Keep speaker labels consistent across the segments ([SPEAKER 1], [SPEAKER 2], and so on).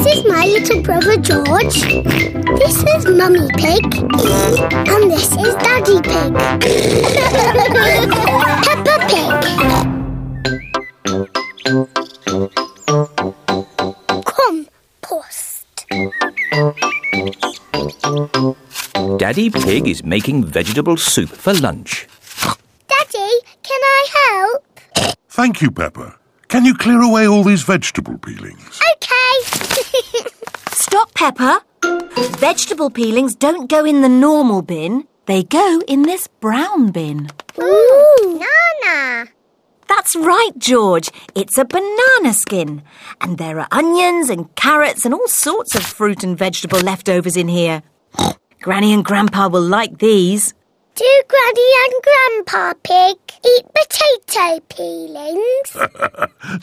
[SPEAKER 1] little brother George. This is Mummy Pig. And this is Daddy Pig. Peppa Pig. Compost.
[SPEAKER 2] Daddy Pig is making vegetable soup for lunch.
[SPEAKER 1] Daddy, can I help?
[SPEAKER 3] Thank you, Pepper. Can you clear away all these vegetable peelings?
[SPEAKER 1] Okay.
[SPEAKER 4] Stop, Pepper. Vegetable peelings don't go in the normal bin. They go in this brown bin.
[SPEAKER 1] Ooh. Nana.
[SPEAKER 4] That's right, George. It's a banana skin. And there are onions and carrots and all sorts of fruit and vegetable leftovers in here. Granny and Grandpa will like these.
[SPEAKER 1] Do Granny and Grandpa Pig eat potato peelings?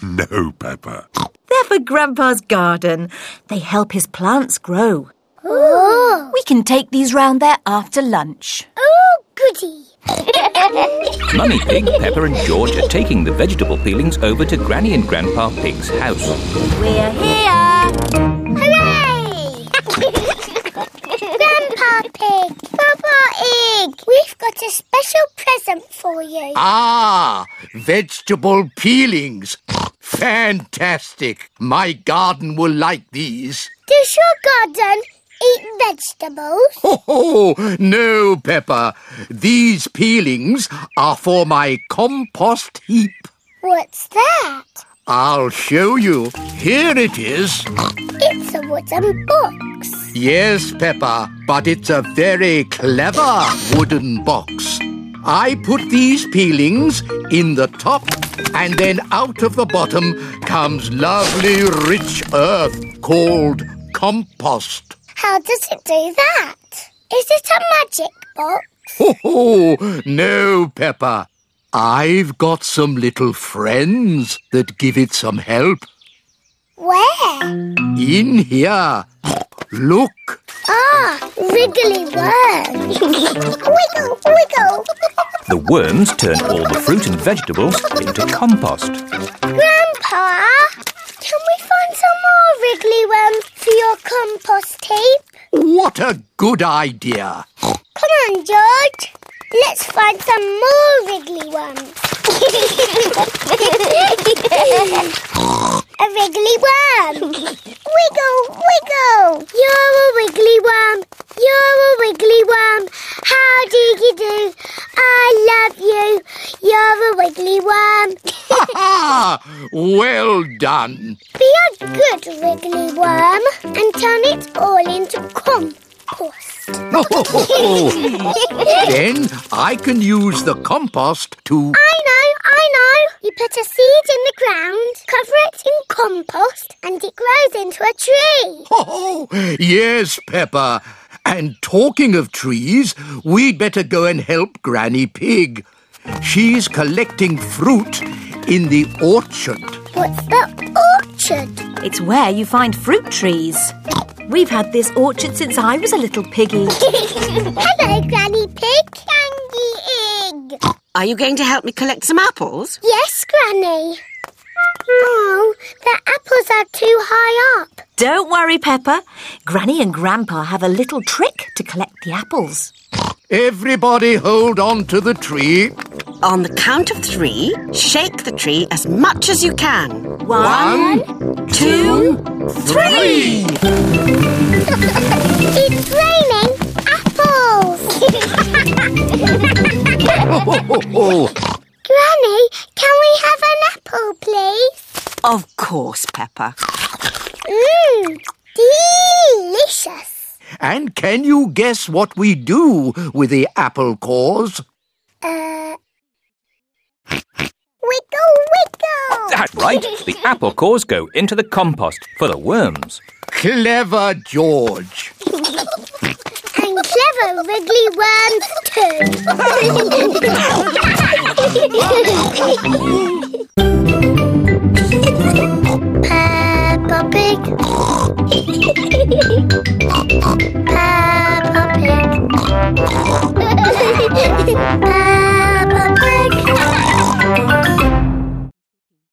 [SPEAKER 3] No, Pepper.
[SPEAKER 4] They're for Grandpa's garden. They help his plants grow.
[SPEAKER 1] Ooh.
[SPEAKER 4] We can take these round there after lunch.
[SPEAKER 1] Ooh, Oh, goody.
[SPEAKER 2] Mummy Pig, Pepper, and George are taking the vegetable peelings over to Granny and Grandpa Pig's house.
[SPEAKER 4] We're here.
[SPEAKER 1] Hooray! Grandpa Pig, Papa Pig, we've got a special present for you.
[SPEAKER 5] Ah, vegetable peelings. Fantastic. My garden will like these.
[SPEAKER 1] Does your garden eat vegetables?
[SPEAKER 5] Oh, oh, no, Pepper. These peelings are for my compost heap.
[SPEAKER 1] What's that?
[SPEAKER 5] I'll show you. Here it is.
[SPEAKER 1] It's a wooden box.
[SPEAKER 5] Yes, Peppa, but it's a very clever wooden box. I put these peelings in the top, and then out of the bottom comes lovely rich earth called compost.
[SPEAKER 1] How does it do that? Is it a magic box?
[SPEAKER 5] Oh, no, Peppa. I've got some little friends that give it some help.
[SPEAKER 1] Where?
[SPEAKER 5] In here. Look.
[SPEAKER 1] Ah, wriggly worm. wiggle, wiggle.
[SPEAKER 2] The worms turn all the fruit and vegetables into compost.
[SPEAKER 1] Grandpa, can we find some more wriggly worm for your compost heap?
[SPEAKER 5] What a good idea.
[SPEAKER 1] Come on, George. Let's find some more wriggly worms. a wriggly worm. Wiggle, wiggle. You're a wiggly worm. You're a wiggly worm. How do you do? I love you. You're a wiggly worm.
[SPEAKER 5] Ah, well done.
[SPEAKER 1] Be a good wriggly worm and turn it all into compost.
[SPEAKER 5] then I can use the compost to.
[SPEAKER 1] I know, I know. You put a seed in the ground, cover it in compost, and it grows into a tree.
[SPEAKER 5] Oh, yes, Peppa. And talking of trees, we'd better go and help Granny Pig. She's collecting fruit in the orchard.
[SPEAKER 1] What's the orchard?
[SPEAKER 4] It's where you find fruit trees. We've had this orchard since I was a little piggy.
[SPEAKER 1] Hello, Granny Pig. Candy egg.
[SPEAKER 6] Are you going to help me collect some apples?
[SPEAKER 1] Yes, Granny. Oh, the apples are too high up.
[SPEAKER 4] Don't worry, Pepper. Granny and Grandpa have a little trick to collect the apples.
[SPEAKER 5] Everybody hold on to the tree.
[SPEAKER 6] On the count of three, shake the tree as much as you can.
[SPEAKER 4] One, two.
[SPEAKER 5] Three!
[SPEAKER 1] It's raining apples.
[SPEAKER 5] Oh,
[SPEAKER 1] Granny, can we have an apple, please?
[SPEAKER 6] Of course, Pepper.
[SPEAKER 1] Mmm, delicious.
[SPEAKER 5] and can you guess what we do with the apple cores?
[SPEAKER 1] Uh, wiggle, wiggle.
[SPEAKER 2] That's right, the apple cores go into the compost for the worms.
[SPEAKER 5] Clever George.
[SPEAKER 1] and clever wriggly worms too. Peppa Pig. Peppa